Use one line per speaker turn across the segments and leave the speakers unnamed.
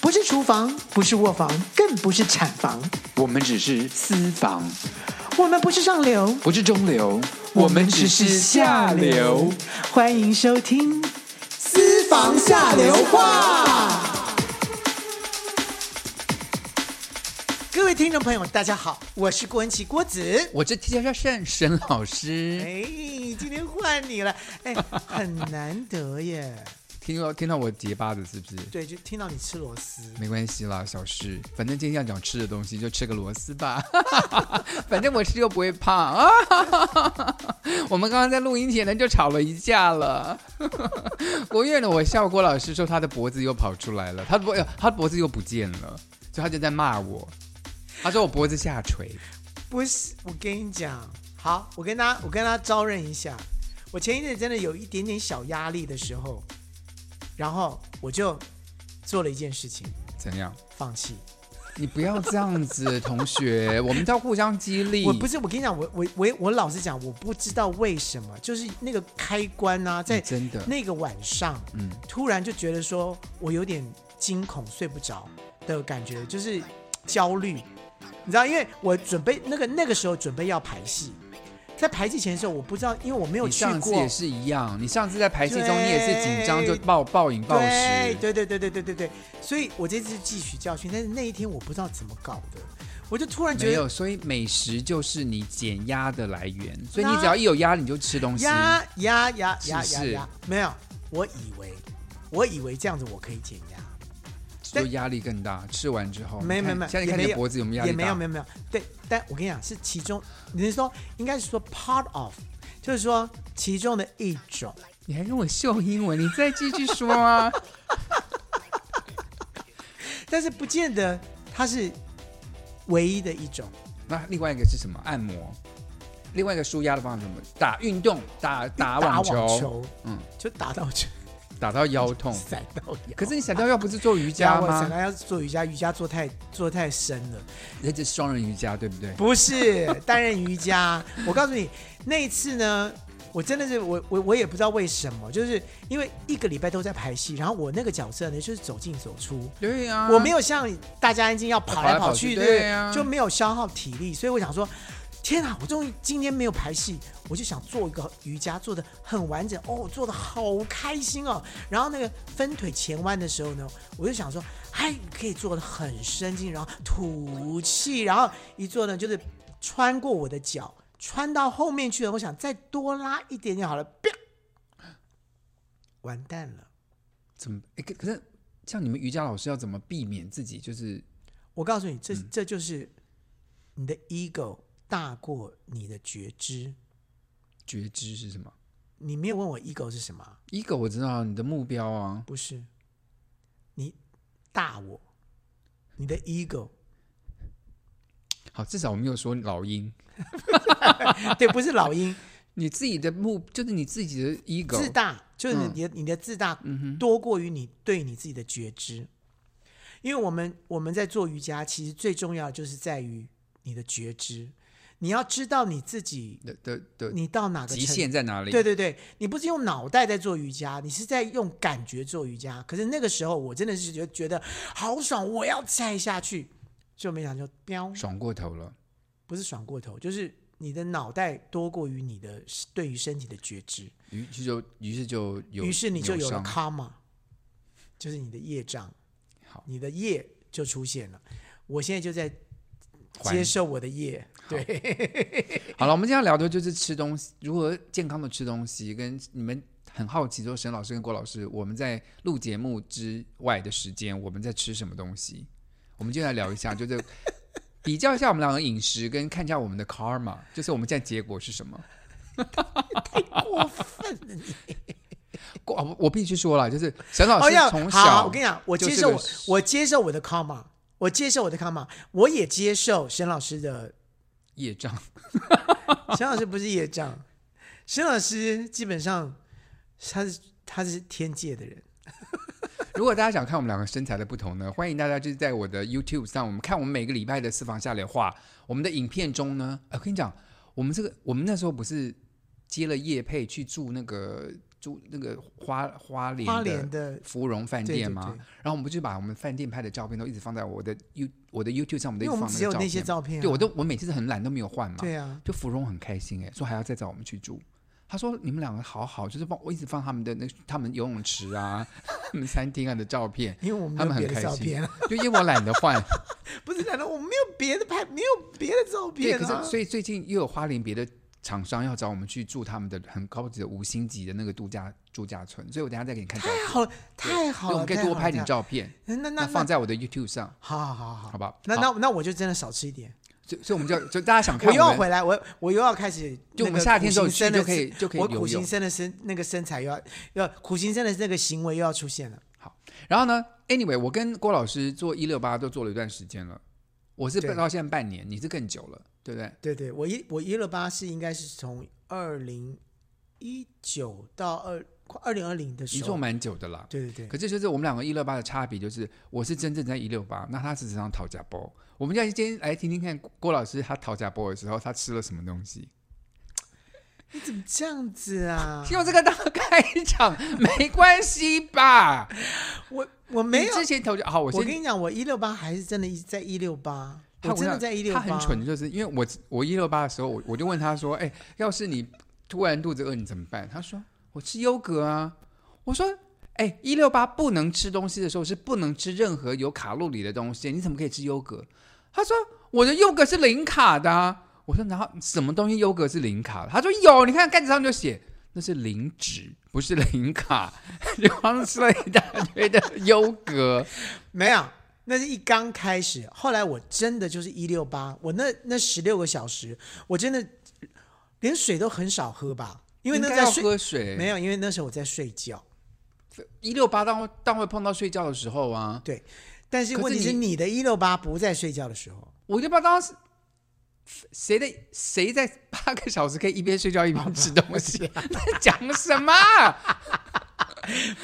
不是厨房，不是卧房，更不是产房，
我们只是私房，
我们不是上流，
不是中流，我们只是下流。。
欢迎收听《私房下流话》。各位听众朋友，大家好，我是郭文琪郭子。
我这提叫圣沈老师，
哎，今天换你了，哎，很难得耶。
听到听到我结巴的是不是？
对，就听到你吃螺丝。
没关系啦，小事。反正今天要讲吃的东西，就吃个螺丝吧。 反正我吃又不会胖 啊。我们刚刚在录音前呢就吵了一架了。 国院的我笑郭老师说他的脖子又跑出来了，他的脖他的脖子又不见了，所以他就在骂我。他说我脖子下垂，
不是，我跟你讲，好，我跟大家，我跟大家招认一下，我前一阵真的有一点点小压力的时候，然后我就做了一件事情，
怎样？
放弃。
你不要这样子，同学，我们要互相激励。
我不是，我跟你讲，我我我我老实讲，我不知道为什么，就是那个开关啊，在
你真的
那个晚上，
嗯
突然就觉得说我有点惊恐，睡不着的感觉，就是焦虑，你知道，因为我准备那个那个时候准备要排戏，在排戏前的时候，我不知道，因为我没有
你
去
上次
过
也。是一样，你上次在排戏中
对
你也是紧张就暴暴饮暴
对
食，
对对对对对对对，所以我这次汲取教训，但是那一天我不知道怎么搞的，我就突然觉
没
得
有，所以美食就是你减压的来源，所以
那
你只要一有压力你就吃东西。
呀呀呀
是
呀
不
呀
是
呀，没有，我以为我以为这样子我可以减压，
就压力更大，吃完之后，
没
哦你看
没没
现在你
也
看你
没
的
有
脖子有没有压力
也
大？
没有没有没有，对，但我跟你讲是其中，你是说应该是说 part of，就是说其中的一种，
你还跟我秀英文，你再继续说啊！
但是不见得它是唯一的一种。
那另外一个是什么？按摩。另外一个舒压的方法是什么？打运动，打打网球，嗯
嗯，就打到就
打到 腰痛。
散到腰。
可是你闪掉腰不是做瑜
家
伽
我想
吗？
到要做瑜伽，瑜伽做太做太深了，
那是双人瑜伽，对不对？
不是单人瑜伽。我告诉你，那一次呢，我真的是我我我也不知道为什么，就是因为一个礼拜都在排戏，然后我那个角色呢就是走进走出，
对呀、
我没有像大家一定要跑啊来跑去，
跑来跑去
不
对啊
就没有消耗体力，所以我想说，天啊，我终于今天没有排戏，我就想做一个瑜伽，做的很完整哦，做的好开心哦。然后那个分腿前弯的时候呢，我就想说，哎，可以做的很深进，然后吐气，然后一做呢就是穿过我的脚，穿到后面去了，我想再多拉一点点好了，啪完蛋了。
怎么？诶可可是像你们瑜伽老师要怎么避免自己就是
我告诉你，这
嗯
这就是你的 ego 大过你的觉知。
觉知是什么
你没有问我 ego 是什么啊，
？ego 我知道你的目标啊，
不是？你大我，你的 ego
好，至少我没有说老鹰，
对，不是老 鹰，
你自己的目就是你自己的 ego，
自大就是你
嗯
的、你的自大多过于你对你自己的觉知。因为我们我们在做瑜伽，其实最重要的就是在于你的觉知。你要知道你自己，
的的的
你到哪个
极
程
限在哪里？
对对对，你不是用脑袋在做瑜伽，你是在用感觉做瑜伽。可是那个时候，我真的是觉得觉得好爽，我要踩下去，就没想就飙，
爽过头了。
不是爽过头，就是你的脑袋多过于你的对于身体的觉知，
于是就于是就有，
于是你就有
扭
了
伤
karma，就是你的业障，
好
你的业就出现了。我现在就在
还
接受我的业，对，
好了，我们今天要聊的就是吃东西，如何健康的吃东西，跟你们很好奇，说沈老师跟郭老师，我们在录节目之外的时间，我们在吃什么东西？我们就来聊一下，就是比较一下我们两个饮食，跟看一下我们的 karma，就是我们现在结果是什么。
过分了你。
郭我我必须说了，就是沈老
哦
师
要
从
好，
小，
我跟你讲，我
就
接
是
受
个
我我接受我的 comma，我接受我的 comma，我也接受沈老师的，
业障，
沈老师不是业障，沈老师基本上他是他是天界的人，
如果大家想看我们两个身材的不同呢，欢迎大家就是在我的 YouTube 上，我们看我们每个礼拜的私房下流话，我们的影片中呢，呃我跟你讲，我们这个我们那时候不是接了叶配去住那个住那个花花莲
花莲的
芙蓉饭
对
店
对
吗？
对，
然后我们就把我们饭店拍的照片都一直放在我的 You 我的 YouTube 上，我们
因为
都一直
我们
放
只有
那
那
个
些
照
照片
片。
啊，
对，我都我每次都很懒，都没有换嘛。
对啊，
就芙蓉很开心哎，说还要再找我们去住。他说你们两个好好，就是帮我一直放他们的那他们游泳池啊、 他们餐厅啊的照片，
因为我
他
们
们
没有
很
别的
开
照
心
片啊，
就因为我懒得 换。
不是，难道我们没有别的拍，没有别的照
对，
片
可
啊
是？所以最近又有花莲别的厂商要找我们去住他们的很高级的五星级的那个度假度假村，所以我等一下再给你看照片
太，好了，太好
所以我
了，
们可以
太
多
好
拍
了
点。照片，
太好了那那
那放
那，
在我的 YouTube 上，
好好好好
好。不好？
那
好
那那我就真的少吃一点，
所以所以我们就就大家想看
我又要
们
回来，我我又要开始那个苦行僧的，
就我们夏天时候去就可以就可以
我
游
苦
泳
行。僧的身那个身材又要要苦行僧的那个行为又要出现了，
然后呢，anyway，我跟郭老师做一六八都做了一段时间了，我是
对
到现在半年，你是更久了，对不对？
对对，我一我一六八是应该是从二零一九到二二零二零的
你
时
做
候，
蛮久的啦。
对对对，
可这就是我们两个一六八的差别，就是我是真正在一六八，那他只是上讨价包。我们要今天来听听看郭老师他讨价包的时候，他吃了什么东西。
你怎么这样子啊？
用这个当开场没关系吧？
我我没
你
有，
之前讨价好，我
我
先
跟你讲，我一六八还是真的一直在一六八，
他
我真
我
的
想
在一六
他
八，
很蠢，就是因为我我一六八的时候，我我就问他说：“哎、要是你突然肚子饿，你怎么办？”他说：“我吃优格啊。”我说：“哎、一六八不能吃东西的时候是不能吃任何有卡路里的东西，你怎么可以吃优格？”他说：“我的优格是零卡的、啊。”我说：“然后什么东西优格是零卡的？”他说：“有，你看盖子上就写。”那是零脂，不是零卡。就光吃了一大堆的优格，
没有，那是一刚开始。后来我真的就是一六八，我那那十六个小时，我真的连水都很少喝吧，因为那
应该
在
要
睡
喝水，
没有，因为那时候我在睡觉。
一六八当当会碰到睡觉的时候啊，
但是
可是
问题是，
你
你的一六八不在睡觉的 时候，
我就不知道当时谁的谁在八个小时可以一边睡觉一边吃东 西，
啊
在讲什么啊？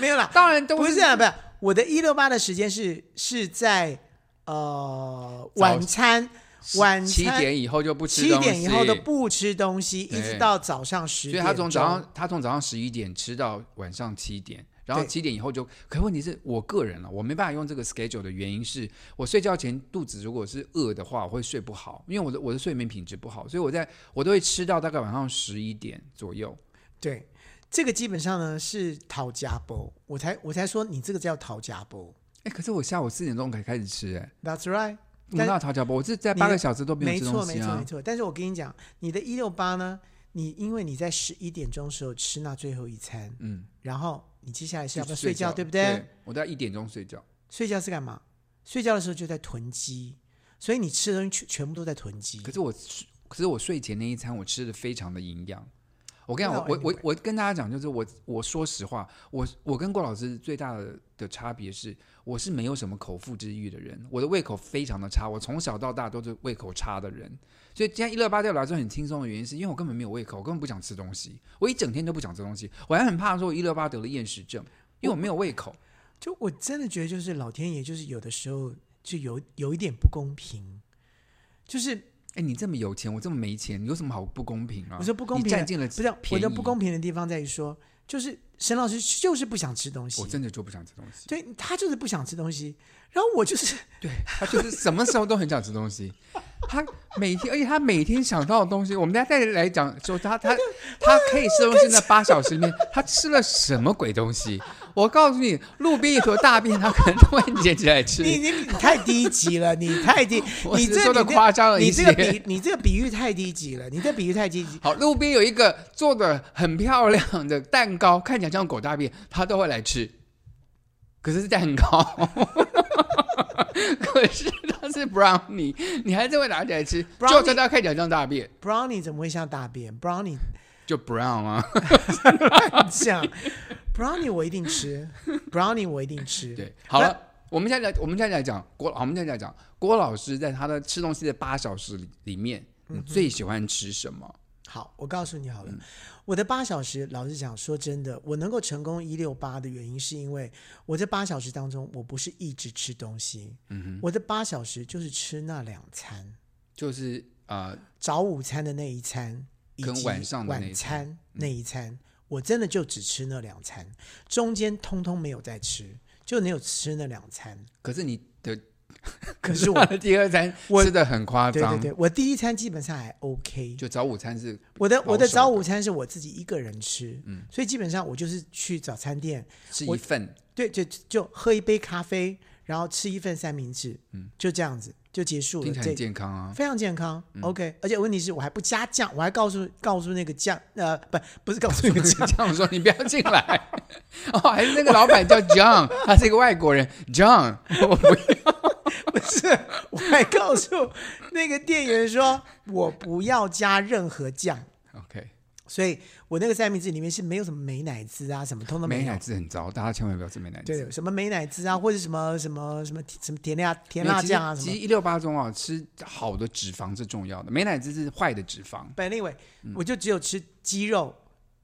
没有啦，
当然都
不是啊，不是我的一六八的时间是是在呃
早
晚餐晚
七
餐
点以后就不吃
七
东西，
点以后都，不吃东西，
对
一直到早上十
所
点
以
钟。
他从早上他从早上十一点吃到晚上七点。然后
对
七点以后就，可问题是我个人了、啊我没办法用这个 schedule 的原因是我睡觉前肚子如果是饿的话，我会睡不好，因为我的我的睡眠品质不好，所以我在我都会吃到大概晚上十一点左右。
对，这个基本上呢是讨价包，我才我才说你这个叫讨价包。
哎，可是我下午四点钟才开始吃，哎，
That's right，
我
但
那讨价包，我是在
你
八个小时都没
没
有吃
错
东
没
西
错
啊
没。错。但是我跟你讲，你的一六八呢，你因为你在十一点钟的时候吃那最后一餐，
嗯，
然后你接下来是要不要
就睡
睡觉，对不
对
对？？
我都要一点钟睡觉，
睡觉是干嘛？睡觉的时候就在囤积，所以你吃的东西全全部都在囤积。
可是我睡，可是我睡前那一餐我吃的非常的营养。我跟你讲，
那
我我我
anyway
我跟大家讲，就是我我说实话，我我跟郭老师最大的的差别是，我是没有什么口腹之欲的人，我的胃口非常的差，我从小到大都是胃口差的人，所以今天一六八对我来说很轻松的原因，是因为我根本没有胃口，我根本不想吃东西，我一整天都不想吃东西，我还很怕说我一六八得了厌食症，因为我没有胃口。
就我真的觉得，就是老天爷，就是有的时候就有有一点不公平，就是
哎，你这么有钱，我这么没钱，你有什么好不公平啊？
我说不公平
你
的
占尽了
不是我
便
的
宜
不公平的地方在于说，就是沈老师就是不想吃东西
我，真的就不想吃东西。
对他就是不想吃东西，然后我 就是。
对他就是什么时候都很想吃东西，他每天，而且他每天想到的东西，我们大家再来讲说他他他可以吃东西那八小时里面，他吃了什么鬼东西？我告诉你，路边一坨大便，他可能都会捡起来吃
你你你太低级了，你太低，
我
你
只是
这
说的
你这
夸张了一
你这个
些。
比你这个比喻太低级了，你这比喻太低级。
好，路边有一个做的很漂亮的蛋糕，看起来像狗大便，他都会来吃。可是是蛋糕， 可是它是 brownie，你还是会拿起来吃，就
Brownie-
算它看起来像大便，
Brownie 怎么会像大便？Brownie
就 brown 啊。
像 Brownie 我一定吃，Brownie 我一定吃。
对，好了，我们现在来，我们现在来讲郭，好我们现在来讲郭老师在他的吃东西的八小时里里面，
嗯
你最喜欢吃什么？
好，我告诉你好了，
嗯
我的八小时，老实讲，说真的，我能够成功一六八的原因，是因为我这八小时当中，我不是一直吃东西，嗯、我的八小时就是吃那两餐，
就是呃，
早午餐的那一餐，以
跟
及
晚上的那一
晚
餐嗯
餐那一餐，我真的就只吃那两餐，中间通通没有再吃，就没有吃那两 餐。
可是你的，
可是
我
我，
的第二餐
我
吃的很夸
对对
张，
对，我第一餐基本上还 OK，
就早午餐是
我的
保
我的
守
早
的
午餐是我自己一个人吃，
嗯
所以基本上我就是去早餐店，
吃
我
一份，
对，就就喝一杯咖啡，然后吃一份三明治，就这样子就结束了。
嗯听起来
这
很健康啊。
非常健康、o k 而且问题是我还不加酱，我还告诉告诉那个酱，呃，不不是告诉那个酱，
这样说你不要进来 哦，还是那个老板叫 John，他是一个外国人，John，我不
不是，我还告诉那个店员说我不要加任何酱，
OK，
所以我那个三明治里面是没有什么美乃滋啊，什么通通
美
没有
乃。滋很糟，大家千万不要吃美乃滋。
对，什么美乃滋啊，或者什么什么什么什么甜辣甜
没有
辣
其实
酱啊什
其
么
实。一六八中啊，吃好的脂肪是重要的，美乃滋是坏的脂肪，
But anyway，、我
嗯
就只有吃鸡肉、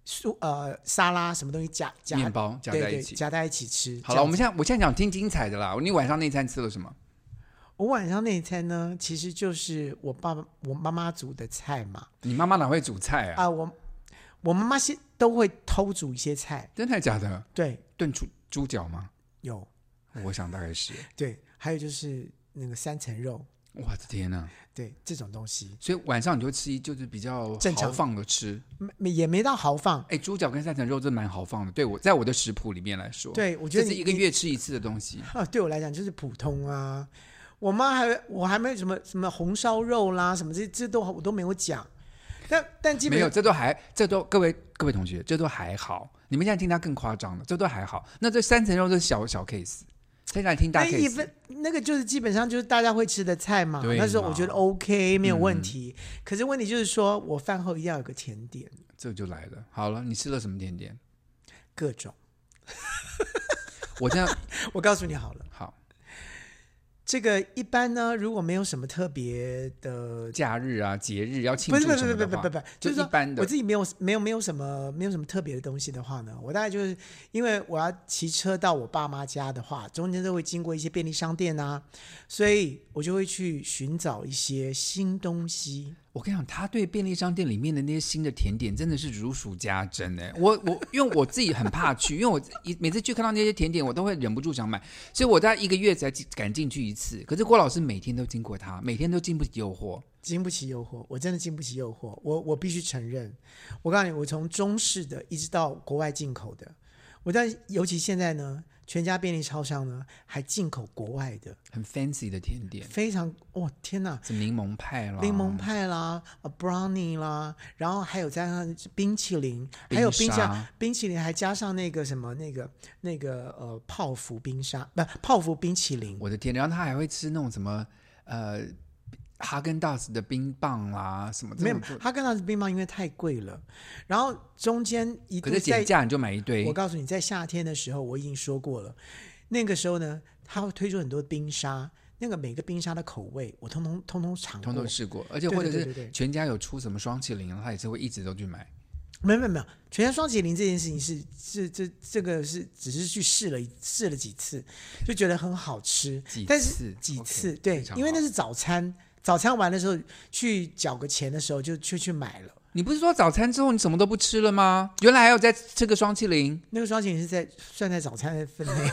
素呃沙拉什么东西夹夹
面包加
对
在一
对
起。
夹在一起吃。这
好了，
样
我们现在我现在想听精彩的啦。你晚上那餐吃了什么？
我晚上那一餐呢，其实就是我爸爸我妈妈煮的菜嘛。
你妈妈哪会煮菜啊？
啊、我我妈妈先都会偷煮一些菜，
真的假的？
对，
炖猪猪脚吗？
有
我想大概 是。
对，还有就是那个三层肉，
我的天呐！
对这种东西，
所以晚上你就吃一就是比较
正常
豪放的吃。
没也没到豪放。
哎，猪脚跟三层肉真蛮豪放的，对我在我的食谱里面来说，，
对，我觉
这
得
是
你
一个
你
月吃一次的东西。
啊，对我来讲就是普通啊。我妈还我还没有什么什么红烧肉啦，什么这这都我都没有讲。但但基本
没有，
上
这都还，这都各位各位同学，这都还好。你们现在听他更夸张了，这都还好。那这三层肉是小小 case，现在听大
那一
case
份那个就是基本上就是大家会吃的菜嘛。
对
那时候
嘛嗯
我觉得 OK 没有问题，可是问题就是说我饭后一定要有个甜点，
这就来了。好了，你吃了什么甜点？
各种。
我现在
我告诉你好了，
好，
这个一般呢，如果没有什么特别的，
假日啊、节日要庆
不
祝
是
什
不是
么
不
的
是
话
不是不是，
就
就是
一
说
般的
我自己没有没有没有什么没有什么特别的东西的话呢，我大概就是因为我要骑车到我爸妈家的话，中间都会经过一些便利商店啊，所以我就会去寻找一些新东西。
我跟你讲，他对便利商店里面的那些新的甜点真的是如数家珍哎！我我因为我自己很怕去，因为我一每次去看到那些甜点，我都会忍不住想买，所以我大概一个月才进敢进去一次。可是郭老师每天都经过他，每天都经不起诱惑。
经不起诱惑，我真的经不起诱惑。我我必须承认，我告诉你，我从中式的一直到国外进口的，我但尤其现在呢，全家便利超商呢还进口国外的，
很 fancy 的甜点，
非常哦天哪，
什么柠檬派啦，
柠檬派啦、啊 brownie 啦，然后还有加上冰淇淋，还有冰
沙
箱冰淇淋还加上那个什么那个那个呃泡芙冰沙不泡芙冰淇淋，
我的天！然后他还会吃那种什么呃哈根达斯的冰棒啦，什么这
没有
种就。
哈根达斯冰棒因为太贵了，然后中间一
可
度
是
在
减价你就买一堆
我，告诉你，在夏天的时候，我已经说过了，那个时候呢，他会推出很多冰沙，那个每个冰沙的口味，我通通通通尝过。
通通试过，而且
对
或者
对对对
是
对
全家有出什么双麒麟，他也是会一直都去买。
没有没有没有，全家双麒麟这件事情是是这这个是只是去试了一试了几次，就觉得很好吃
几，
但是
次
几
OK，
次
非
对，
常
因为那
好
是早餐，早餐完的时候去缴个钱的时候就就去买了。
你不是说早餐之后你什么都不吃了吗？原来还有在吃个双麒麟，
那个双麒麟是在算在早餐的分 类，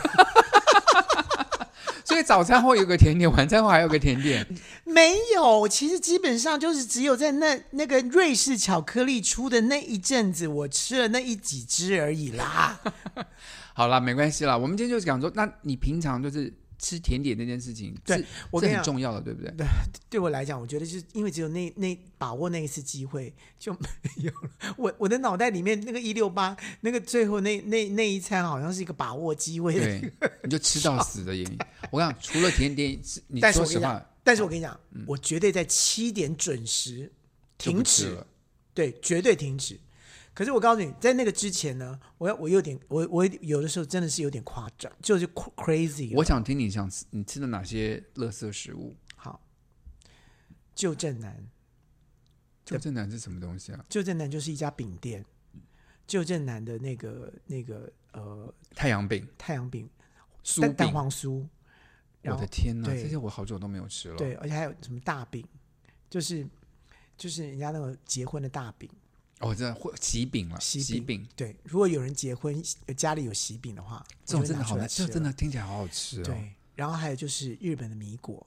所以早餐后有个甜点，晚餐后还有个甜点。
没有，其实基本上就是只有在那那个瑞士巧克力出的那一阵子，我吃了那一几只而已啦。
好啦，没关系啦，我们今天就讲说，那你平常就是吃甜点那件事情，
对
是
我
是
跟你
很
讲，
重要的，对不对？
对我来讲，我觉得就是因为只有那那把握那一次机会就没有了。我我的脑袋里面那个一六八那个最后那那那一餐好像是一个把握机会的，
对，你就吃到死的也。我跟你讲，除了甜点，你
但是
说
我跟
实
你
话
讲，但是我跟你讲，我绝对在七点准时
嗯就不
停
吃
止
了。
对，绝对停止。可是我告诉你，在那个之前呢，我要我有点，我我有的时候真的是有点夸张，就是 cra- crazy 了。
我想听你想吃，你吃的哪些垃圾食物？
好，旧正南，
就正南是什么东西啊？
旧正南就是一家饼店，旧正南的那个那个呃
太阳饼、
太阳饼、
酥
蛋蛋
饼。
黄酥，
我
然
的
后
天啊哪，
对
这些我好久都没有吃了。
对，而且还有什么大饼，就是就是人家那个结婚的大饼，
哦，真的会喜饼了，
喜
喜
饼
饼，
对，如果有人结婚家里有喜饼的话，
这种真
我
的
就
好
会拿出来
难，
吃
这
了
真的听起来好好吃哦！
对。然后还有就是日本的米果，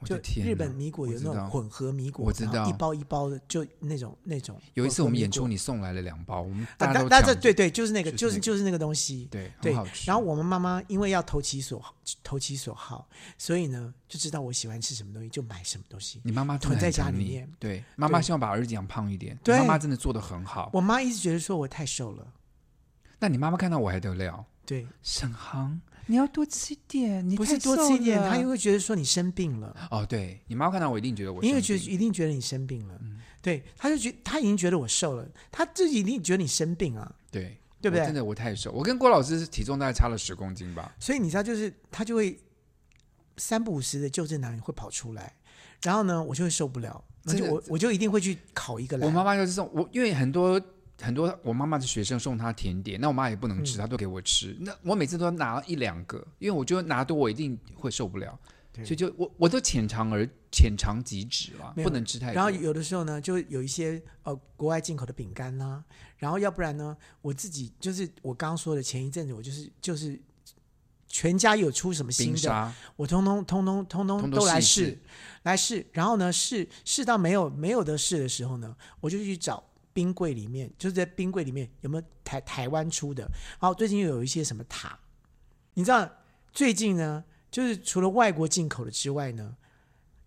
我
就
的天哪，
日本米果有那
我知
种
道
混合米果，
我知
然后一
道
包一包的，就那种那种混合米果。
有一次我们演出，你送来了两包，我们大
啊，
家
那
都
那
抢
这对对，就是那个，就
就是是
就是那个东西。
对
对
很好吃。
然后我们妈妈因为要投其所投其所好，所以呢就知道我喜欢吃什么东西就买什么东西。
你妈妈真的
囤在
很
家
疼
里
你
面，
对，妈妈
对
希望把儿子养胖一点，
对
妈妈真的做的很好。
我妈一直觉得说我太瘦了，
那你妈妈看到我还得了？
对，
沈航，你要多吃一点，你
不是
太
多吃一
瘦
点，
了
她又会觉得说你生病了，
哦，对你妈妈看到我一定觉得我
因为觉
生
得
病嗯
一定觉得你生病了，对，她就觉她已经觉得我瘦了，她自己一定觉得你生病啊，
对
对不
我真
对？
的我太瘦，我跟郭老师体重大概差了十公斤吧。
所以你知道，就是她就会三不五时的纠正男人会跑出来，然后呢，我就会受不了，那就
真的
我我就一定会去烤一个来。
我妈妈就是送我，因为很多很多我妈妈的学生送她甜点，那我妈也不能
嗯
吃，她都给我吃。那我每次都拿一两个，因为我觉得拿多我一定会受不了，
对
所以就我我都浅尝而浅尝即止了，
没有
不能吃太多。
然后有的时候呢，就有一些呃国外进口的饼干啦、然后要不然呢，我自己就是我刚刚说的前一阵子，我就是就是全家有出什么新
冰
的，
沙
我通通通通通通
通
都
通
来
试一
试来试，然后呢试试到没有没有的试的时候呢，我就去找。冰柜里面就是在冰柜里面有没有台台湾出的？然后最近又有一些什么塔，你知道最近呢，就是除了外国进口的之外呢，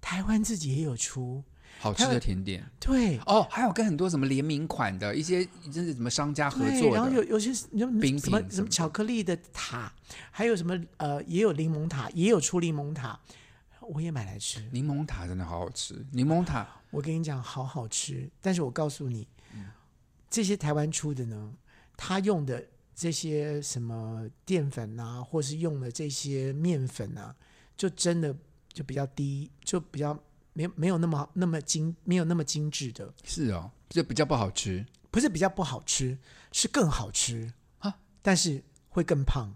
台湾自己也有出。
好吃
还有
的甜点
对，
哦，还有跟很多什么联名款的一些，真是什么商家合
对，
作
然后
的。
有有些什么
冰
什么
品
什
什
么
么
巧克力的塔，还有什么呃，也有柠檬塔，也有出柠檬塔，我也买来吃。
柠檬塔真的好好吃，柠檬塔
我跟你讲，好好吃。但是我告诉你，这些台湾出的呢，他用的这些什么淀粉啊，或是用的这些面粉啊，就真的就比较低，就比较没有没有那么那么精，没有那么精致的，
是哦，就比较不好吃。
不是比较不好吃，是更好吃
啊，
但是会更胖。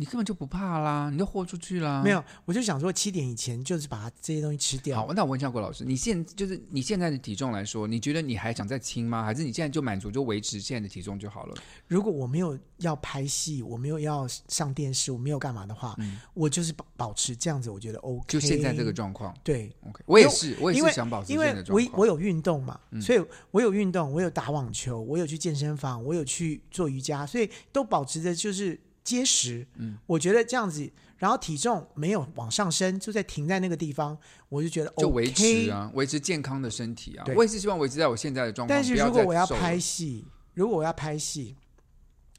你根本就不怕啦，你就豁出去啦。
没有，我就想说七点以前就是把这些东西吃掉。
好，那我问一下郭老师，你现就是你现在的体重来说，你觉得你还想再轻吗？还是你现在就满足就维持现在的体重就好了？
如果我没有要拍戏，我没有要上电视，我没有干嘛的话，我就是保保持这样子，我觉得 OK。
嗯就现在这个状况
对，
，OK，我也
因为
是，我也
因
是
为
想保持
因
现在的
为
状
我
况。
我有运动嘛，
嗯
所以我有运动，我有打网球，我有去健身房，我有去做瑜伽，所以都保持着就是结实。嗯，我觉得这样子，然后体重没有往上升，就在停在那个地方，我就觉得 OK。
就维持啊，维持健康的身体啊
对！
我也是希望维持在我现在的状况。
但是
不
如果
再
我要
瘦了
拍戏，如果我要拍戏，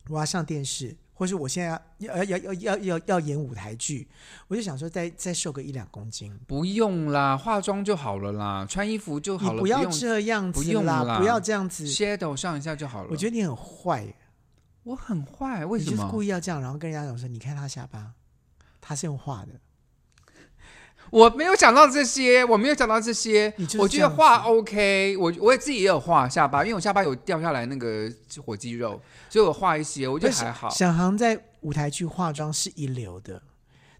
我要上电视，或是我现在要要要要要要演舞台剧，我就想说再再瘦个一两公斤。
不用啦，化妆就好了啦，穿衣服就
你
好了，
不要
用
这样
不
子
用
啦，
啦
不要这样子。
shadow 上一下就好了。
我觉
得
得你很坏耶，
我很坏，为
你
什
就是故
么？
意要这样，然后跟人家讲说，你看他下巴，他是用画的，
我没有想到这些，我没有想到这些
你就是。
我觉
这
得
样
画
子
OK，我我也自己也有画下巴，因为我下巴有掉下来那个火鸡肉，所以我画一些，我觉得
但是
还好。
小航在舞台剧化妆是一流的，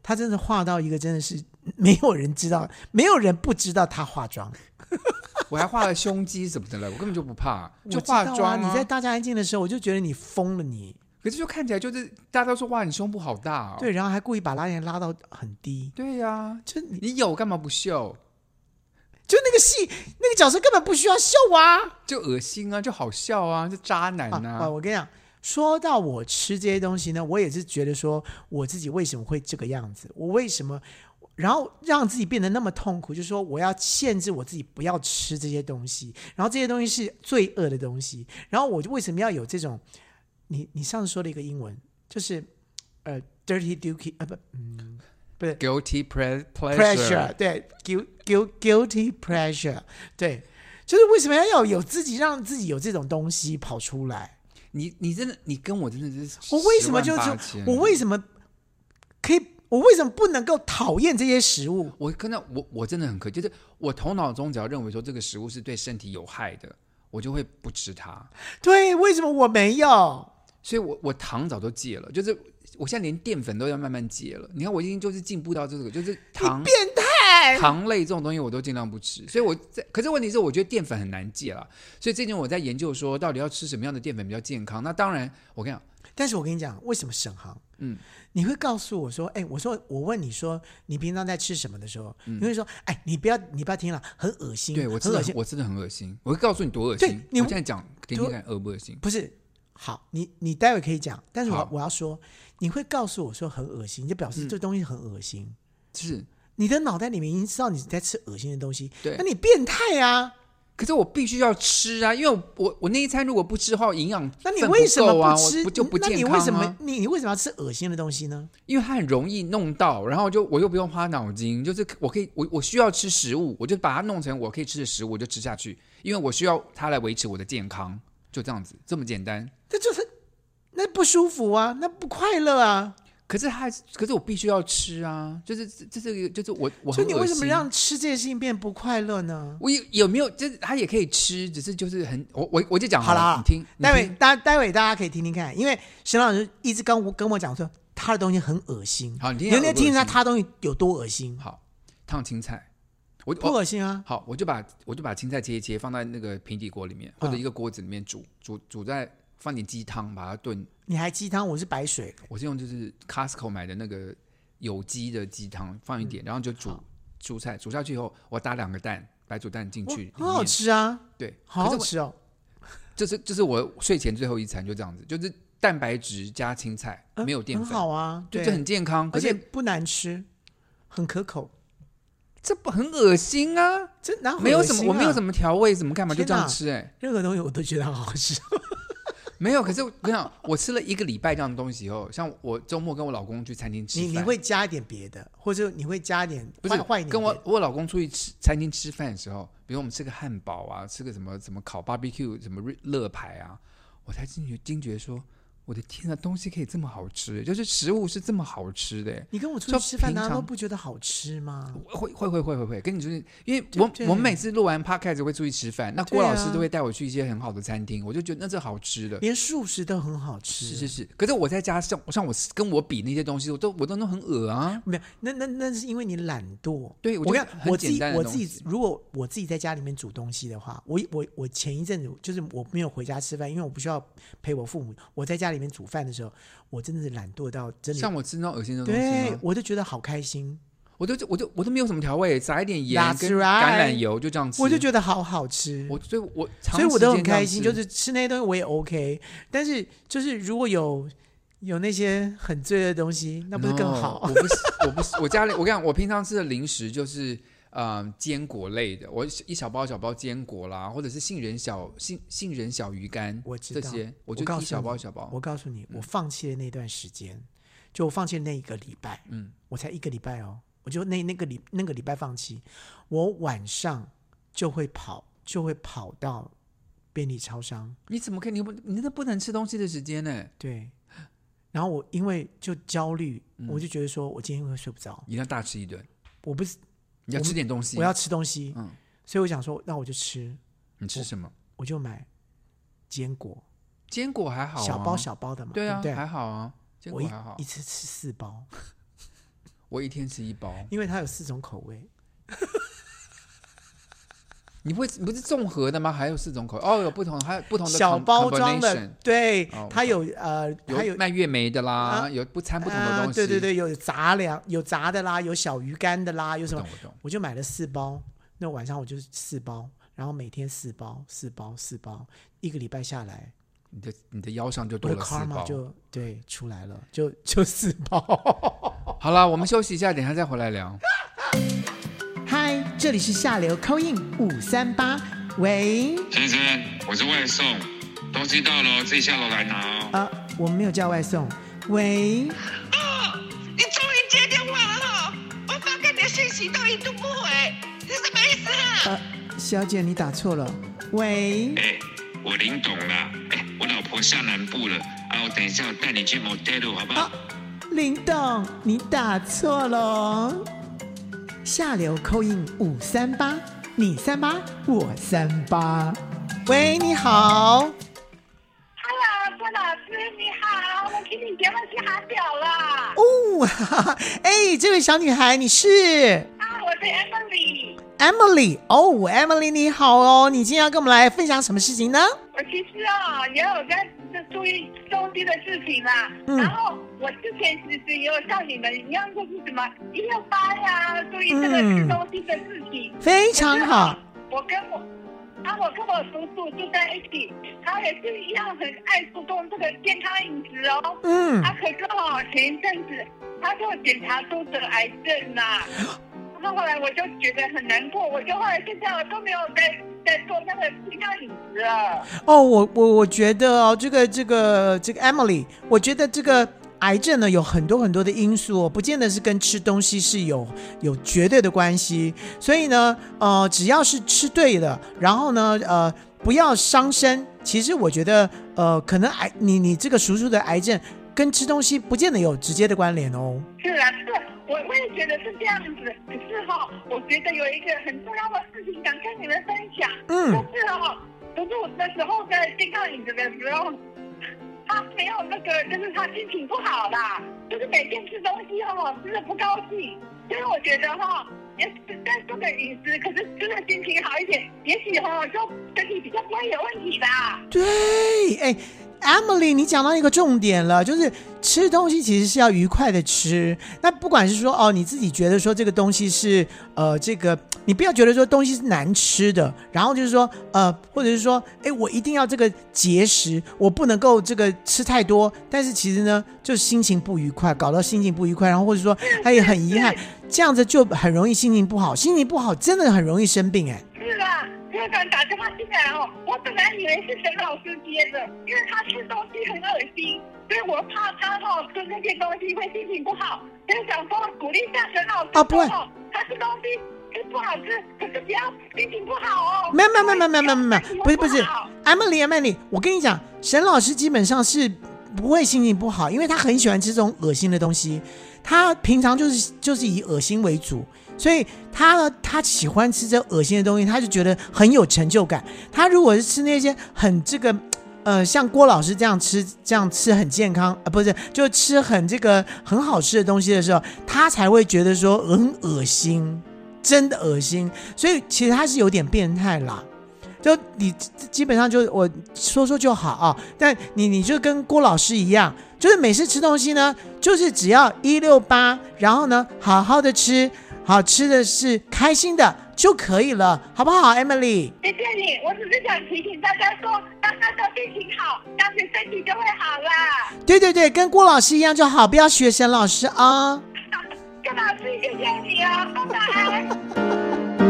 他真的化到一个真的是没有人知道，没有人不知道他化妆。
我还画了胸肌什么的了，我根本就不怕，就
我知
化
道
妆、
啊。你在，大家安静的时候，我就觉得你疯了你，
可是就看起来就是大家都说哇，你胸部好大、哦。
对，然后还故意把拉链拉到很低，
对呀、
就你
你有干嘛不秀？
就那个戏那个角色根本不需要秀啊！
就恶心啊，就好笑啊，就渣男
啊
啊。
啊，我跟你讲。说到我吃这些东西呢，我也是觉得说我自己为什么会这个样子，我为什么，然后让自己变得那么痛苦，就是说我要限制我自己不要吃这些东西，然后这些东西是罪恶的东西，然后我为什么要有这种，你你上次说的一个英文就是呃 dirty duty 啊不
Guilty pre-
pressure，
pleasure，
对，gu gu guilty pressure，对，就是为什么要有自己让自己有这种东西跑出来？
你你真的你跟我真的是
我为什么就
10万八
是
千
我为什么可以？我为什么不能够讨厌这些食物？
我跟到我我真的很客气，就是我头脑中只要认为说这个食物是对身体有害的，我就会不吃它。
对，为什么我没有？
所以我我糖早就戒了，就是我现在连淀粉都要慢慢戒了。你看我已经就是进步到这个，就是糖
变态
糖类这种东西我都尽量不吃，所以我在可是问题是，我觉得淀粉很难戒啦，所以最近我在研究说，到底要吃什么样的淀粉比较健康。那当然，我跟你讲，
但是我跟你讲，为什么沈航？
嗯，
你会告诉我说，哎、我说我问你说，你平常在吃什么的时候，你会说，哎，你不要你不要听了，很恶心，
嗯对我
很
真的
恶
很
心，
我真的很恶心，我会告诉你多恶
对
心。
你
我现在讲，听听看恶不恶心？
不是。好，你你待会可以讲，但是我
好嗯
我要说，你会告诉我说很恶心，你就表示这东西很恶心。
是，
你的脑袋里面已经知道你在吃恶心的东西，
对
那你变态啊！
可是我必须要吃啊，因为我我我那一餐如果不吃的话，营养
那你
分
为什么
够啊？
吃？
我不就不
那
健
你
康
为什么
啊？
你你为什么要吃恶心的东西呢？
因为它很容易弄到，然后就我又不用花脑筋，就是我可以我我需要吃食物，我就把它弄成我可以吃的食物，我就吃下去，因为我需要它来维持我的健康，就这样子，这么简单。
那就是那不舒服啊，那不快乐啊。
可是它还是，可是我必须要吃啊，就是这这是一个就是我我
所
很
以你为什
恶
么
心
让吃这件事情变不快乐呢？
我有有没有就是它也可以吃，只是就是很我我我就讲
好
了，
啦
你听，你
待会
听
大待会大家可以听听看，因为沈老师一直跟我跟我讲说他的东西很恶心，
好，你
你
听
有没有听一下
它
他的东西有多恶心？
好烫青菜，我
不
我
恶心啊！
好，我就把我就把青菜切一切，放在那个平底锅里面，或者
嗯
一个锅子里面煮，煮煮在放点鸡汤，把它炖。
你还鸡汤，我是白水，
我是用就是 Costco 买的那个有机的鸡汤，放一点，然后就
嗯
煮
好
蔬菜，煮下去以后，我打两个蛋，白煮蛋进
我
去，
很好。吃啊，
对，
好
可
好
是我
吃哦。
这是这是我睡前最后一餐，就这样子，就是蛋白质加青菜，
嗯
没有淀
很
粉，
好啊，
就
对，
这很健康。
而且
可是
不难吃，很可口。
这不很恶心啊？
这哪
没有什么，我没有什
么
么调味，什么干嘛就
啊天
这样
哪
吃哎、
任何东西我都觉得好好 吃。
没有，可是我跟你讲，我吃了一个礼拜这样的东西以后，像我周末跟我老公去餐厅吃
你
饭，
你会加一点别的，或者你会加一点
不是
换换一点别的
跟我我老公出去吃餐厅吃饭的时候，比如我们吃个汉堡啊，吃个什么什么烤 barbecue 什么热乐排啊，我才惊觉惊觉说，我的天呐，啊东西可以这么好吃，欸就是食物是这么好吃的。
你跟我出去
说
吃饭，
平
大家都
常
不觉得好吃吗？
会会会会会会，跟你就是因为
对
我
不对
我们每次录完 podcast 会出去吃饭，那郭
对
老
啊
师都会带我去一些很好的餐厅，我就觉得那是好吃的。
连素食都很好吃。
是是是，可是我在家像像我跟我比那些东西，我都我都弄很恶啊。
没有，那那那是因为你懒惰。
对
我
我就
跟你
很
我自
简
己
单的
我
东
自己
西，
如果我自己在家里面煮东西的话，我我我前一阵子就是我没有回家吃饭，因为我不需要陪我父母。我在家里面煮饭的时候，我真的是懒惰到真的，
像我吃那种恶心的东西
对
吗，
我就觉得好开心。
我都我都我都没有什么调味，撒一点盐
That's
跟橄榄
right
油就这样吃。
我就觉得好好吃，
我所以我
所以我都很开心，就是是吃那些东西我也 OK，但是就是如果有有那些很罪恶的东西，那不是更好？
我不是我不是我家里我跟你讲，我平常吃的零食就是。嗯，坚果类的，我一小包小包坚果啦，或者是杏仁小杏杏仁小鱼干，
我知
这
道
些，我就
我告诉
一
你
小包小包。
我告诉
嗯
你，我放弃了那段时间，就我放弃了那一个礼拜，
嗯，
我才一个礼拜哦，我就那那个礼那个礼拜放弃，我晚上就会跑，就会跑到便利超商，
你怎么可以？你不你那不能吃东西的时间呢？
对，然后我因为就焦虑，
嗯
我就觉得说我今天会睡不着，
一定要大吃一顿，
我不是
你要吃点东西。
我要吃东西，
嗯
所以我想说，那我就吃，
你吃什么？
我就买坚果，
坚果还好、啊，
小包小包的嘛，
对啊，
不对？
还好啊，坚
我
果
一
还好
一。次吃四包，
我一天吃一包，
因为它有四种口味，
你不会你不是综合的吗？还有四种口味哦，有不同，还有不同的
小
com-
包装的
combination，，
对
哦我，
它有呃，还
有卖月梅的啦，
啊
有不掺不同的
啊
东西。
对对，对，有杂粮，有杂的啦，有小鱼干的啦，有
我
什么
懂？我懂。
我就买了四包，那晚上我就四包，然后每天四包，四包，四包，一个礼拜下来，
你的你的腰上就
我
多
的
了四
karma
包。
就对出来了，就就四包。
好了，我们休息一下，等一下再回来聊。
嗨，这里是下流 c o in 五三八，喂，
先生，我是外送，东西到了哦自己下楼来拿哦。
呃，我们没有叫外送，喂，
哦，你终于接电话了哈、我发给你的信息都一度不回，是什么意思啊？
呃，小姐你打错了，喂，
哎、我林董啦，哎、我老婆下南部了，啊，我等一下我带你去 motel 好不好？
啊，林董你打错了哦，下流 c o in 五三八，你三八我三八，喂，你好，
Hello，郭哎老师你好，我听你节目听好久了。
哦，哈哈哈哎，这位小女孩你是？
啊，我是是 Emily。
Emily，哦，Emily 你好哦，你今天要跟我们来分享什么事情呢？
我其实啊、也有在注意中间的事情啦。
嗯
然后我之前其实也有像你们一样，就是什么一六八呀，注意这个
嗯
吃东西的事情。
非常好，
我跟我，啊，我跟我叔叔住在一起，他也是一样很爱注重这个健康饮食哦。
嗯
他可是哦，前一阵子他给我检查出得癌症啦、然后后来我就觉得很难过，我就后来现在我都没有再再做那个健康饮食了。
哦，我我我觉得哦，这个这个这个 Emily，我觉得这个癌症呢有很多很多的因素哦，不见得是跟吃东西是有有绝对的关系。所以呢，呃，只要是吃对了，然后呢，呃，不要伤身。其实我觉得，呃，可能癌你你这个叔叔的癌症跟吃东西不见得有直接的关联哦。
是啊，是，我我也觉得是这样子。可是哈、我觉得有一个很重要的事情想跟你们分享，
嗯
就是哈、不是我那时候在健康饮食的时候，他没有那个，就是他心情不好啦，就是每天吃东西哈、吃的不高兴。所以我觉得哈、也是在做个饮食，可是吃的心情好一点，也许哈、就身体比较不会有问题吧。
对，哎，Emily，你讲到一个重点了，就是吃东西其实是要愉快的吃。那不管是说哦，你自己觉得说这个东西是呃，这个你不要觉得说东西是难吃的，然后就是说呃，或者是说哎，我一定要这个节食，我不能够这个吃太多。但是其实呢，就心情不愉快，搞到心情不愉快，然后或者说他也很遗憾，这样子就很容易心情不好，心情不好真的很容易生病哎、
是啊，科长打电话进来哦，我本来以为是沈老师接的，因为他吃东西很恶心，所以我怕他哈、吃那些东西会心情不好，所以想说鼓励一下沈老师
啊不会
哦他吃东西。吃不好吃，可是不要心情不好哦。
啊没有没有没有没有没有没有，不是不是
心情好
，Emily Emily，我跟你讲，沈老师基本上是不会心情不好，因为他很喜欢吃这种恶心的东西，他平常就是就是以恶心为主，所以他呢他喜欢吃这恶心的东西，他就觉得很有成就感。他如果是吃那些很这个。呃，像郭老师这样吃，这样吃很健康啊、呃不是，就吃很这个很好吃的东西的时候，他才会觉得说很恶心，真的恶心。所以其实他是有点变态啦。就你基本上就我说说就好啊，但你你就跟郭老师一样，就是每次吃东西呢，就是只要一六八，然后呢好好的吃，好吃的是开心的就可以了，好不好，Emily？
谢谢你，我只是想提醒大家说，当大家心情好，这样子身体就会好 啦。
对对对，跟郭老师一样就好，不要学沈老师啊。
郑老师，谢谢你哦，拜拜。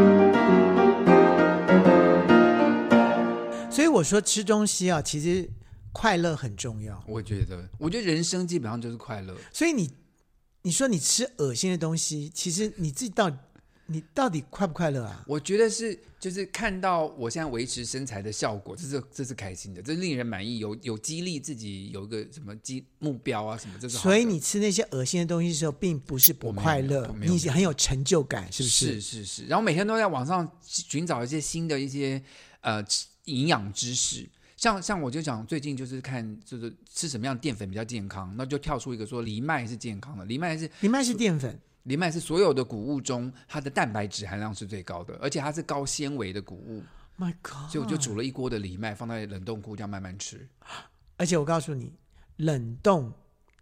所以我说吃东西啊，其实快乐很重要。
我觉得，我觉得人生基本上就是快乐。
所以你你说你吃恶心的东西，其实你自己到你到底快不快乐啊？
我觉得是，就是看到我现在维持身材的效果，这是这是开心的，这是令人满意，有有激励自己，有一个什么激目标啊什么，这是好的。
所以你吃那些恶心的东西的时候，并不是不
我没有
快
没
乐
有，没有
你
没有
很有成就感，是不
是是是，然后每天都在网上寻找一些新的一些呃吃营养知识。像像我就讲，最近就是看就是吃什么样的淀粉比较健康，那就跳出一个说藜麦是健康的，藜麦是
藜麦是淀粉，
藜麦是所有的谷物中它的蛋白质含量是最高的，而且它是高纤维的谷物，
，My God！
所以我就煮了一锅的藜麦放在冷冻库这样慢慢吃。
而且我告诉你，冷冻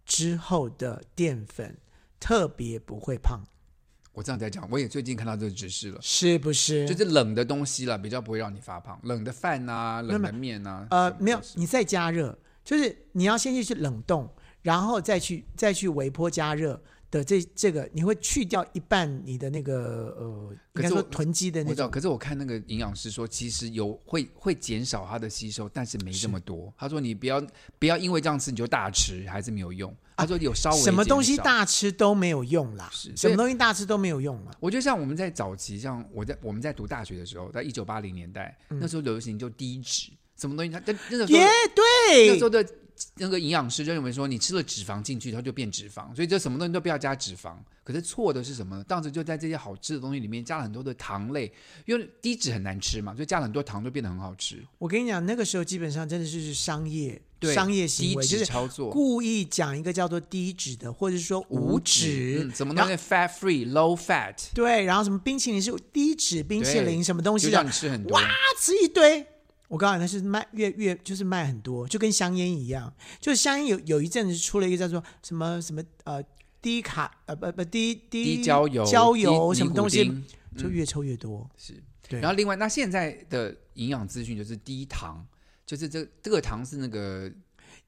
之后的淀粉特别不会胖，
我这样在讲，我也最近看到这个知识了，
是不是？
就是冷的东西了，比较不会让你发胖，冷的饭啊，冷的面啊，
呃
什，么
没有
都，是
你再加热，就是你要先去冷冻，然后再去再去微波加热的这这个，你会去掉一半你的那个呃，应
可
该
是
说
我
囤积的
我
那
知道，
种。
可是我看那个营养师说，其实有会会减少它的吸收，但是没这么多。他说你不要不要因为这样吃你就大吃，还是没有用。他说有稍微、
啊什么东西。大吃都没有用啦，
是
什
所以
么东西大吃都没有用了。
我觉得像我们在早期，像我在我们在读大学的时候，在一九八零年代，那时候流行就低脂，什么东西它那那个时
嗯
候
耶、
那时候
对，
的那个营养师就认为说，你吃了脂肪进去，它就变脂肪，所以这什么东西都不要加脂肪。可是错的是什么呢？当时就在这些好吃的东西里面加了很多的糖类，因为低脂很难吃嘛，所以加了很多糖就变得很好吃。
我跟你讲，那个时候基本上真的是商业
对，
商业行为，
低
就
脂
是
操作，
故意讲一个叫做低脂的，或者是说无脂，
嗯，什么
然
东
后
西 fat free low fat，
对，然后什么冰淇淋是低脂冰淇淋，
对
什么东西
就
的
让你，吃很多
哇，，吃一堆。我告诉你，那是卖越越就是卖很多，就跟香烟一样，就是香烟有有一阵子出了一个叫做什么什么呃低卡呃不不低低
低焦油
焦
低
油
尼
什么
古
东西
丁，嗯
就越抽越多。
是。
对，
然后另外，那现在的营养资讯就是低糖，就是这这个糖是那个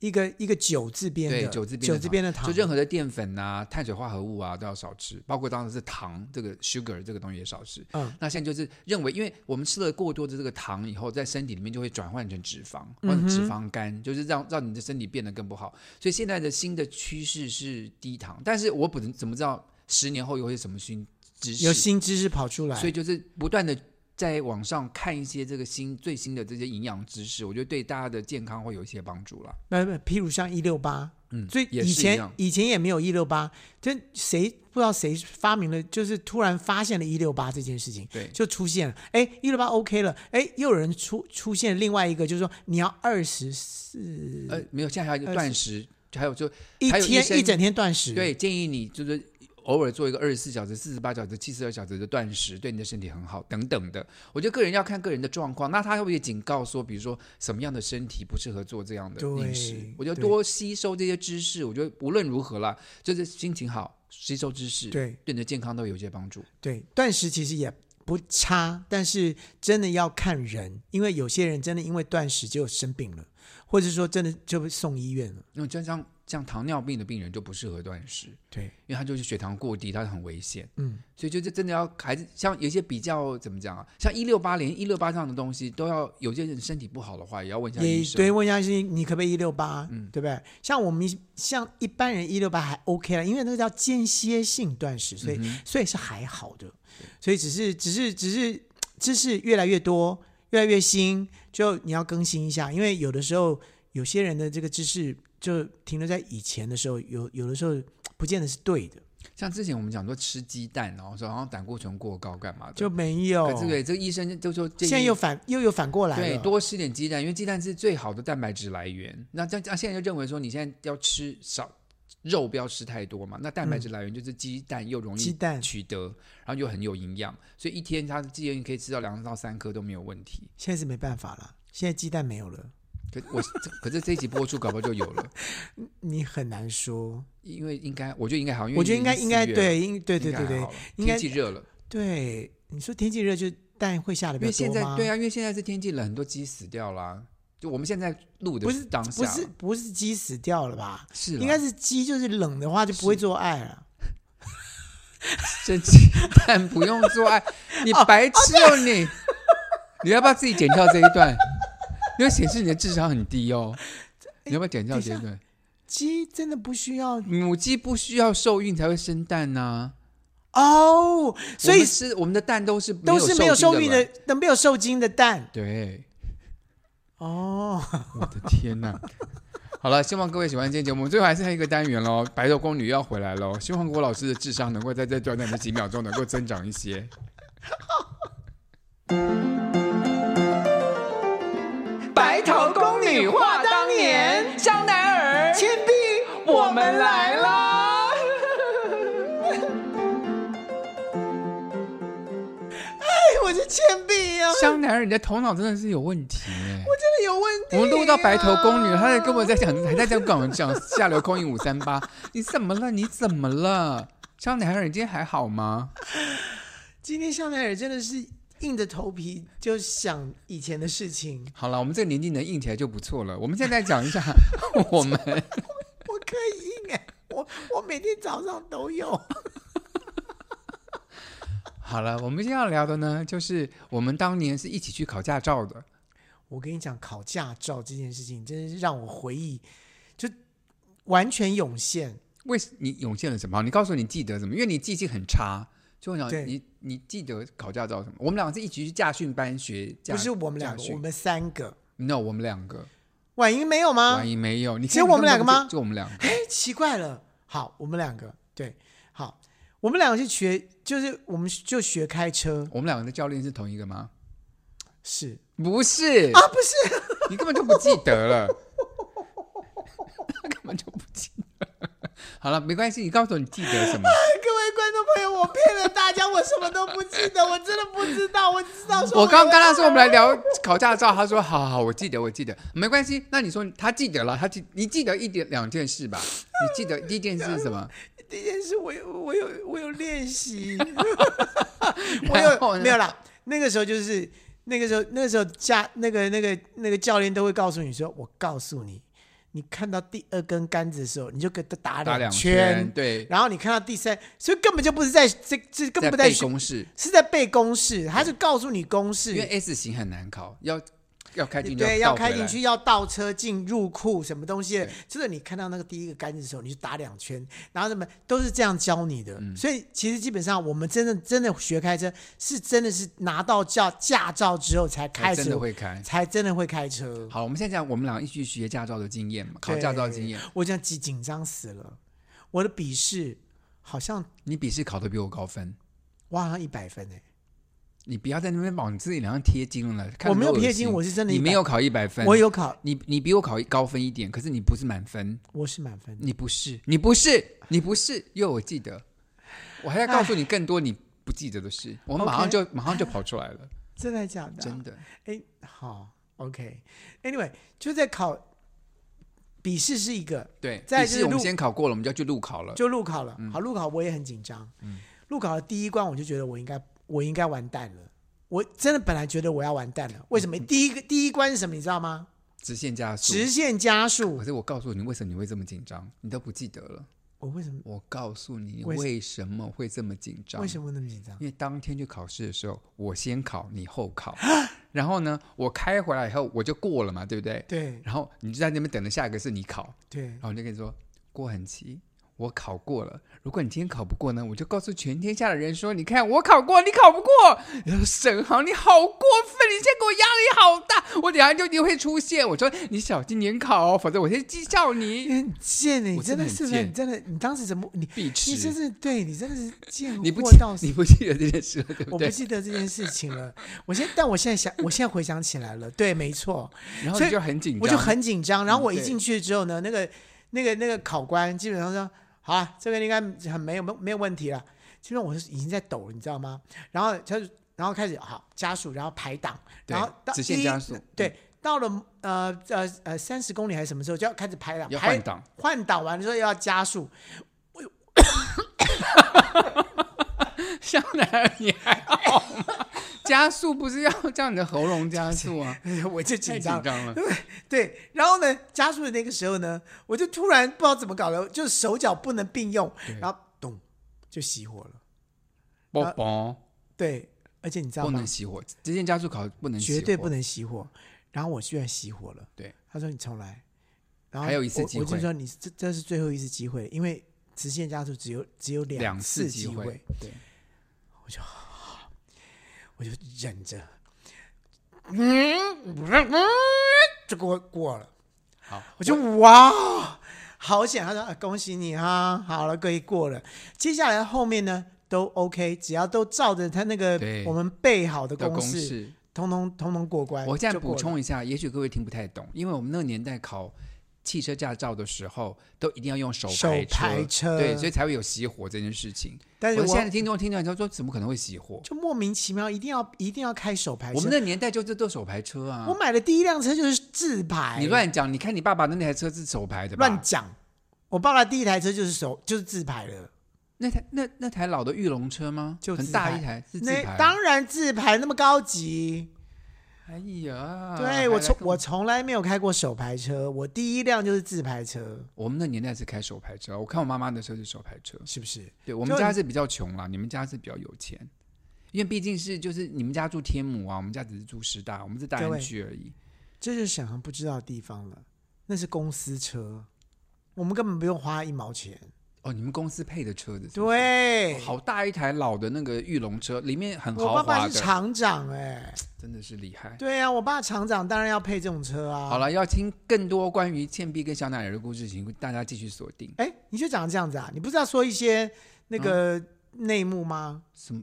一个一个九字边的
对九字边
九字边的糖，
就任何的淀粉呐、碳水化合物啊都要少吃，包括当时是糖这个 sugar 这个东西也少吃。
嗯，
那现在就是认为，因为我们吃了过多的这个糖以后，在身体里面就会转换成脂肪，
嗯
或者脂肪肝，就是让让你的身体变得更不好。所以现在的新的趋势是低糖，但是我不能怎么知道十年后又会什么新知识？
有新知识跑出来，
所以就是不断的在网上看一些这个新最新的这些营养知识，我觉得对大家的健康会有一些帮助啦。
那不，譬如像一六八，
嗯
所以
也
以
是一
前
样
以前也没有一六八，就谁不知道谁发明了，就是突然发现了一六八这件事情，
对
就出现了。哎，一六八 OK 了，哎，又有人出出现另外一个，就是说你要二十四
呃，没有，现在还有一个断食，还有就
一
还有医
天
生
一整天断食，
对，建议你就是偶尔做一个二十四小时、四十八小时、七十二小时的断食，对你的身体很好等等的。我觉得个人要看个人的状况。那他会不会警告说，比如说什么样的身体不适合做这样的饮食
对？
我觉得
对
多吸收这些知识，我觉得无论如何啦，就是心情好，吸收知识，
对
对你的健康都有一些帮助。
对，断食其实也不差，但是真的要看人，因为有些人真的因为断食就生病了，或者说真的就被送医院了。
因为就像像糖尿病的病人就不适合断食，
对，
因为他就是血糖过低，它很危险。
嗯，
所以就是真的要还是像有一些比较怎么讲啊，像一六八连一六八这样的东西都要，有些人身体不好的话也要问一嗯下医
也
生。
对，问一下是你可不可以一六八，对不对？像我们一像一般人一六八还 OK 了，因为那个叫间歇性断食，所以、
嗯
所以是还好的，所以只是只是只是知识越来越多，越来越新，就你要更新一下，因为有的时候有些人的这个知识就停留在以前的时候，有有的时候不见得是对的，
像之前我们讲说吃鸡蛋，然后说然后胆固醇过高干嘛的，
就没有
可。是对这个医生就说建议
现在又反又有反过来
对
了，
多吃点鸡蛋，因为鸡蛋是最好的蛋白质来源。那这样啊现在就认为说你现在要吃少肉，不要吃太多嘛。那蛋白质来源就是鸡蛋，又容易
鸡蛋
取得，然后又很有营养，所以一天它鸡蛋可以吃到两到三颗都没有问题。
现在是没办法了，现在鸡蛋没有了，
可我这可是这一集播出，搞不好就有了，
你很难说。
因为应该我觉得应该好，因为
我觉得应该
已
应
经
该
四月了
对，，应对对
应该
对对
还好了
应该
天气热了，
对。你说天气热就蛋会下的
因
比
为
较
现
多
在
吗？
对啊，因为现在是天气冷，很多鸡死掉啦。就我们现在录的
不是
当下
不是不是鸡死掉了吧？
是啦
应该是鸡就是冷的话就不会做爱了。
生鸡蛋不用 做爱，你白痴哦你！你要不要自己剪掉这一段？因为显示你的智商很低哦。你要不要剪掉这一
哎等
段？
鸡真的不需要
母鸡不需要受孕才会生蛋呐、
哦，所
我
以
们是我们的蛋都是
都是没
没
有
受
受孕
的
的
卵。，
都没有受精的蛋
对，
哦。
我的天呐！好了，希望各位喜欢今天节目。最后还是还有一个单元喽，白头宫女又要回来喽。希望郭老师的智商能够在这短短的几秒钟能够增长一些。白头宫女话当年，香奈儿、倩碧，我们来啦！
哎，我是倩碧啊，
香奈儿，你的头脑真的是有问题耶。
真的有问题、啊
我们录到白头宫女，她在跟我在讲，还在这样跟我们讲下流空影五三八，你怎么了？你怎么了？香奈儿，你今天还好吗？
今天香奈儿真的是硬着头皮就想以前的事情，
好了，我们这个年纪能硬起来就不错了。我们现在讲一下 我们
我可以硬哎、我我每天早上都有。
好了，我们今天要聊的呢，就是我们当年是一起去考驾照的。
我跟你讲，考驾照这件事情，真的是让我回忆就完全涌现。
为什你涌现了什么？好你告诉我你记得什么？因为你记性很差，就我想
对
你你记得考驾照什么？我们两个是一起去驾训班学驾，
不是我们两
驾
个，
训
我们三个。
no，我们两个
婉莹没有吗
万？一没有，你
只有我们两个吗
就就我们两个。
哎，奇怪了，好，我们两个对，好，我们两个是学，就是我们就学开车，
我们两个的教练是同一个吗？
是
不是，
啊，不是，
你根本就不记得了， 根本就不记得。好了，没关系，你告诉我你记得什
各
么？
位观众朋友，我骗了大家，我什么都不记得，我真的不知道，我知道说
我刚刚跟他说我们来聊考驾照，他说好好好，我记得我记得，没关系。那你说他记得了，他记你记得一点两件事吧？你记得第一件事是什么？
第一件事我有我有我有练 习，我
然后
有
呢
没有啦？那个时候就是那个时候，那个时候家那个那个那个教练都会告诉你说，我告诉你，你看到第二根杆子的时候，你就给它打
打两
圈，
对，
然后你看到第三，所以根本就不是在这 这根本不
背
学
公式，
是在背公式，他就告诉你公式
因，为 S 型很难考，要要开进去，
对，
要
要
倒回
开进
来
去，。要倒车进入库，什么东西的
对？
就是你看到那个第一个杆子的时候，你就打两圈，然后什么都是这样教你的。
嗯
所以其实基本上我们真的真的学开车，是真的是拿到驾驾照之后才开
才
始
真的会开。
才真的会开车。
好，我们现在讲我们俩一起学驾照的经验嘛，考
对
驾照的经验。，
我讲紧紧张死了，我的笔试好像
你笔试考的比我高分，
我好像一百分哎、
你不要在那边往自己脸上贴金了。看
我没有
着恶
贴
心
金我是真的
你
100
没有考一百分，哦
我有考，
你你比我考高分一点，可是你不是满分，
我是满分。
你不是，你不是，你不是，因为我记得，我还要告诉你更多你不记得的事，我们马上
OK
就马上就跑出来 了，
真的假的啊、
真的。
哎，好，OK，Anyway，、就在考笔试是一个，
对，
再来
笔
就是
试我们
路
先考过了，我们就要去路考了。
就路考了。
嗯
好，路考我也很紧张。路考的第一关我就觉得我应该我应该完蛋了，我真的本来觉得我要完蛋
嗯
了。为什么？第一个第一关是什么？你知道吗？
直线加速。
直线加速
可。是我告诉你，为什么你会这么紧张，你都不记得了。
我为什么
我告诉你，
为什
为什么会这么紧张？
为什么那么紧张？
因为当天去考试的时候，我先考，你后考，然后呢，我开回来以后我就过了嘛，对不对？
对
然后你就在那边等着下一个是你考，
对
然，后我就跟你说，郭恒琪，我考过了。如果你今天考不过呢，我就告诉全天下的人说，你看我考过，你考不过。然后沈航，你好过分，你现在给我压力好大，我等下就一定会出现。我说你小心点考、哦，否则我先讥笑
你
你。
很贱哎、你
我真的
的
很
是不是？你
贱
真的，你当时怎么你
必吃
你真是对你真的是贱
你不
货
记
到死
你。不记得这件事了，对
我 不
对？
记得这件事情了，我现但我现在想，我现在回想起来了，对，没错，
然后
所
你
以
就很紧张，嗯
我就很紧张。然后我一
对
进去之后呢，那个那个那个考官基本上说：“好啊，这个应该很没有没有没有问题了。”基本上我是已经在抖了，你知道吗？然后他就然后开始好加速，然后排档，
对
然后到
直线嗯
一
加速
对。到了呃呃呃三十公里还是什么时候就要开始排档，
要
排
换挡，
换挡完之后又要加速，
香奈儿，你还好吗？加速不是要叫你的喉咙加速啊？
哎呀 我就
太
紧
紧
张，
张 了，
对，然后呢，加速的那个时候呢，我就突然不知道怎么搞的，就是手脚不能并用，然后咚就熄火了。
不嘣，
对，而且你知道
不
吗
能？熄火，直线加速考不能熄火，
绝对不能熄火。然后我居然熄火了。
对，
他说你重来。然后
还有一次
我
机
我就
会
说你这这是最后一次机会，因为直线加速只有只有
两
次
机
会，
会，对。
我就忍着，嗯，就给我过了。
好，
我就哇，好险！他说、啊、恭喜你哈，好了，可以过了。接下来后面呢都 OK，只要都照着他那个
对
我们背好的
的
公
式。
式，通通通通过关。
我现在
就过
补
了
充一下，也许各位听不太懂，因为我们那个年代考汽车驾照的时候，都一定要用手
手
排车，
排车
对，所以才会有熄火这件事情。
但是
我
我
现在的听众听到之后说，怎么可能会熄火？
就莫名其妙一定要一定要开手牌车。
我们那年代就是都手排车啊
我！买的第一辆车就是自排，
你乱讲，你看你爸爸的那台车是手排的吧？
乱讲。我爸爸第一台车就是手就是自排的，
那台那那台老的玉龙车吗？
就
很
自
大
排
一台，是自排
那
啊。
当然自排那么高级。
哎呀，还
对我
来
从
跟
我从来没有开过手排车，我第一辆就是自排车，
我们那年代是开手排车，我看我妈妈的时候是手排车。
是不是？
对我
就
们家是比较穷啦，你们家是比较有钱，因为毕竟是就是你们家住天母啊，我们家只是住师大，我们是大
各
安
位
区而已。
这就是沈航不知道的地方了，那是公司车，我们根本不用花一毛钱。
哦，你们公司配的车子是不是，哦
对，
好大一台老的那个御龙车，里面很
我
豪
爸
华
爸
的，
是厂长哎、
真的是厉害。
对啊，我爸厂长当然要配这种车啊。
好，了，要听更多关于倩碧跟小奶奶的故事，请大家继续锁定。
哎，你就讲这样子啊？你不是要说一些那
嗯
个内幕吗？
什么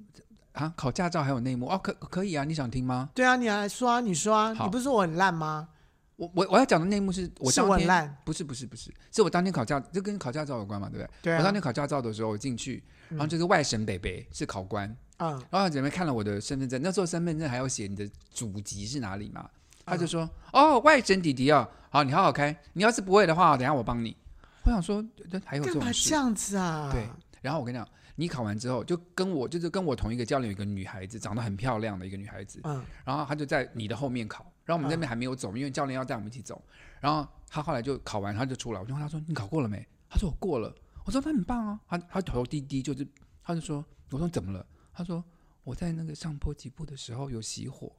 啊？考驾照还有内幕哦？可可以啊？你想听吗？
对啊，你来说啊，你说啊，
好
你不是说我很烂吗？
我我我要讲的内幕是我
是
当
我很
天
烂
不是不是不是，是我当天考驾，这跟考驾照有关嘛，对不对？
对啊
我当天考驾照的时候，我进去，然后就是外省北北是考官，
嗯，
然后姐妹看了我的身份证，那时候身份证还要写你的祖籍是哪里嘛，他
嗯
就说：“哦，外省弟弟哦，好，你好好开，你要是不会的话，等一下我帮你。”我想说，呃还有这
干嘛
种
这
事？
样子啊？
对。然后我跟你讲，你考完之后，就跟我就是跟我同一个教练有一个女孩子，长得很漂亮的一个女孩子，
嗯，
然后她就在你的后面考，然后我们那边还没有走，因为教练要带我们一起走。然后她后来就考完，她就出来，我就问她说：“你考过了没？”她说：“我过了。”我说：“那很棒啊。她”她头低低，就是她就说：“我说怎么了？”她说：“我在那个上坡起步的时候有熄火。”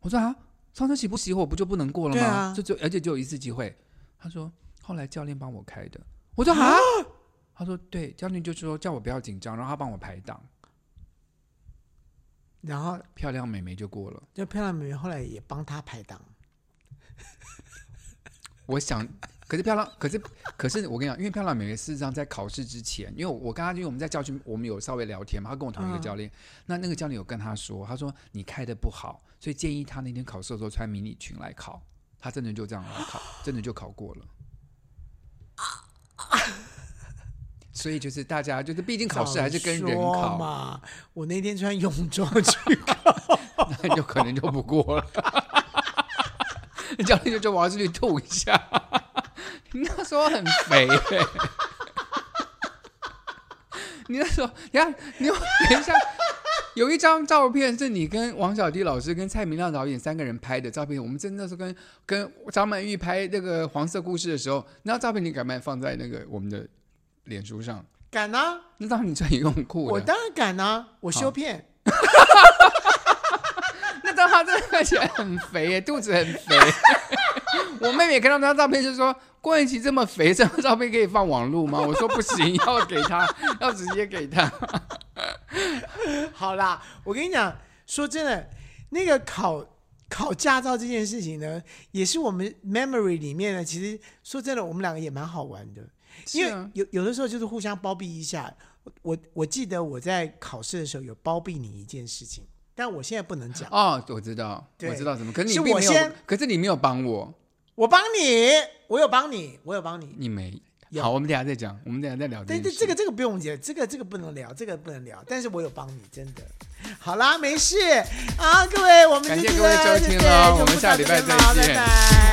我说：“啊，上车起步熄火不就不能过了吗？
对啊
就只有而且只有一次机会。”她说：“后来教练帮我开的。”我说：“啊。”她说：“对，教练就说叫我不要紧张，然后他帮我排档，
然后
漂亮美眉就过了。”
就漂亮美眉后来也帮他排档，
我想，可是漂亮，可是可是我跟你讲，因为漂亮美眉事实上在考试之前，因为我跟她，因为我们在教训，我们有稍微聊天嘛，她跟我同一个
嗯
教练，那那个教练有跟她说，她说你开的不好，所以建议她那天考试的时候穿迷你裙来考，她真的就这样来考，真的就考过了。 所以就是大家就是，毕竟考哎试还是跟人
早说
考，
嘛。我那天穿泳装 去考，
那 就可能就不过了。 教练就叫我要出去吐一下，你那时候很肥、欸。你那时候，你看，你有等一下，有一张照片是你跟王小迪老师跟蔡明亮导演三个人拍的照片。我们真的是跟跟张曼玉拍那个《黄色故事》的时候，那张照片你敢不敢放在那个我们的脸书上？
敢啊！
那张你穿游泳裤的，
我当然敢啊！我修片，
那张他真的看起来很肥耶，肚子很肥。 我妹妹看到那张照片就说：“郭彦奇这么肥，这张照片可以放网路吗？”我说：“不行，要给他， 要直接给他。
好啦，我跟你讲，说真的，那个考考驾照这件事情呢，也是我们 memory 里面呢，其实说真的，我们两个也蛮好玩的，因
是
为
啊
有有的时候就是互相包庇一下。我我我记得我在考试的时候有包庇你一件事情，但我现在不能”讲，
哦，我知道，
对
我知道怎么，可是你
是
并
我
没有
先，
可是你没有帮我，
我帮你，我有帮你，我有帮你。
你没。
有
好，我们等一下再讲，我们等一下再聊
对
嗯件事。
对，这个这个不用解，这个这个不能聊，这个不能聊。但是我有帮你，真的。好啦，没事啊，各位，我们
感谢
这集
各位
的
收听
对
了
就
我们
到
下
这
礼拜
边
再
了
见
拜拜。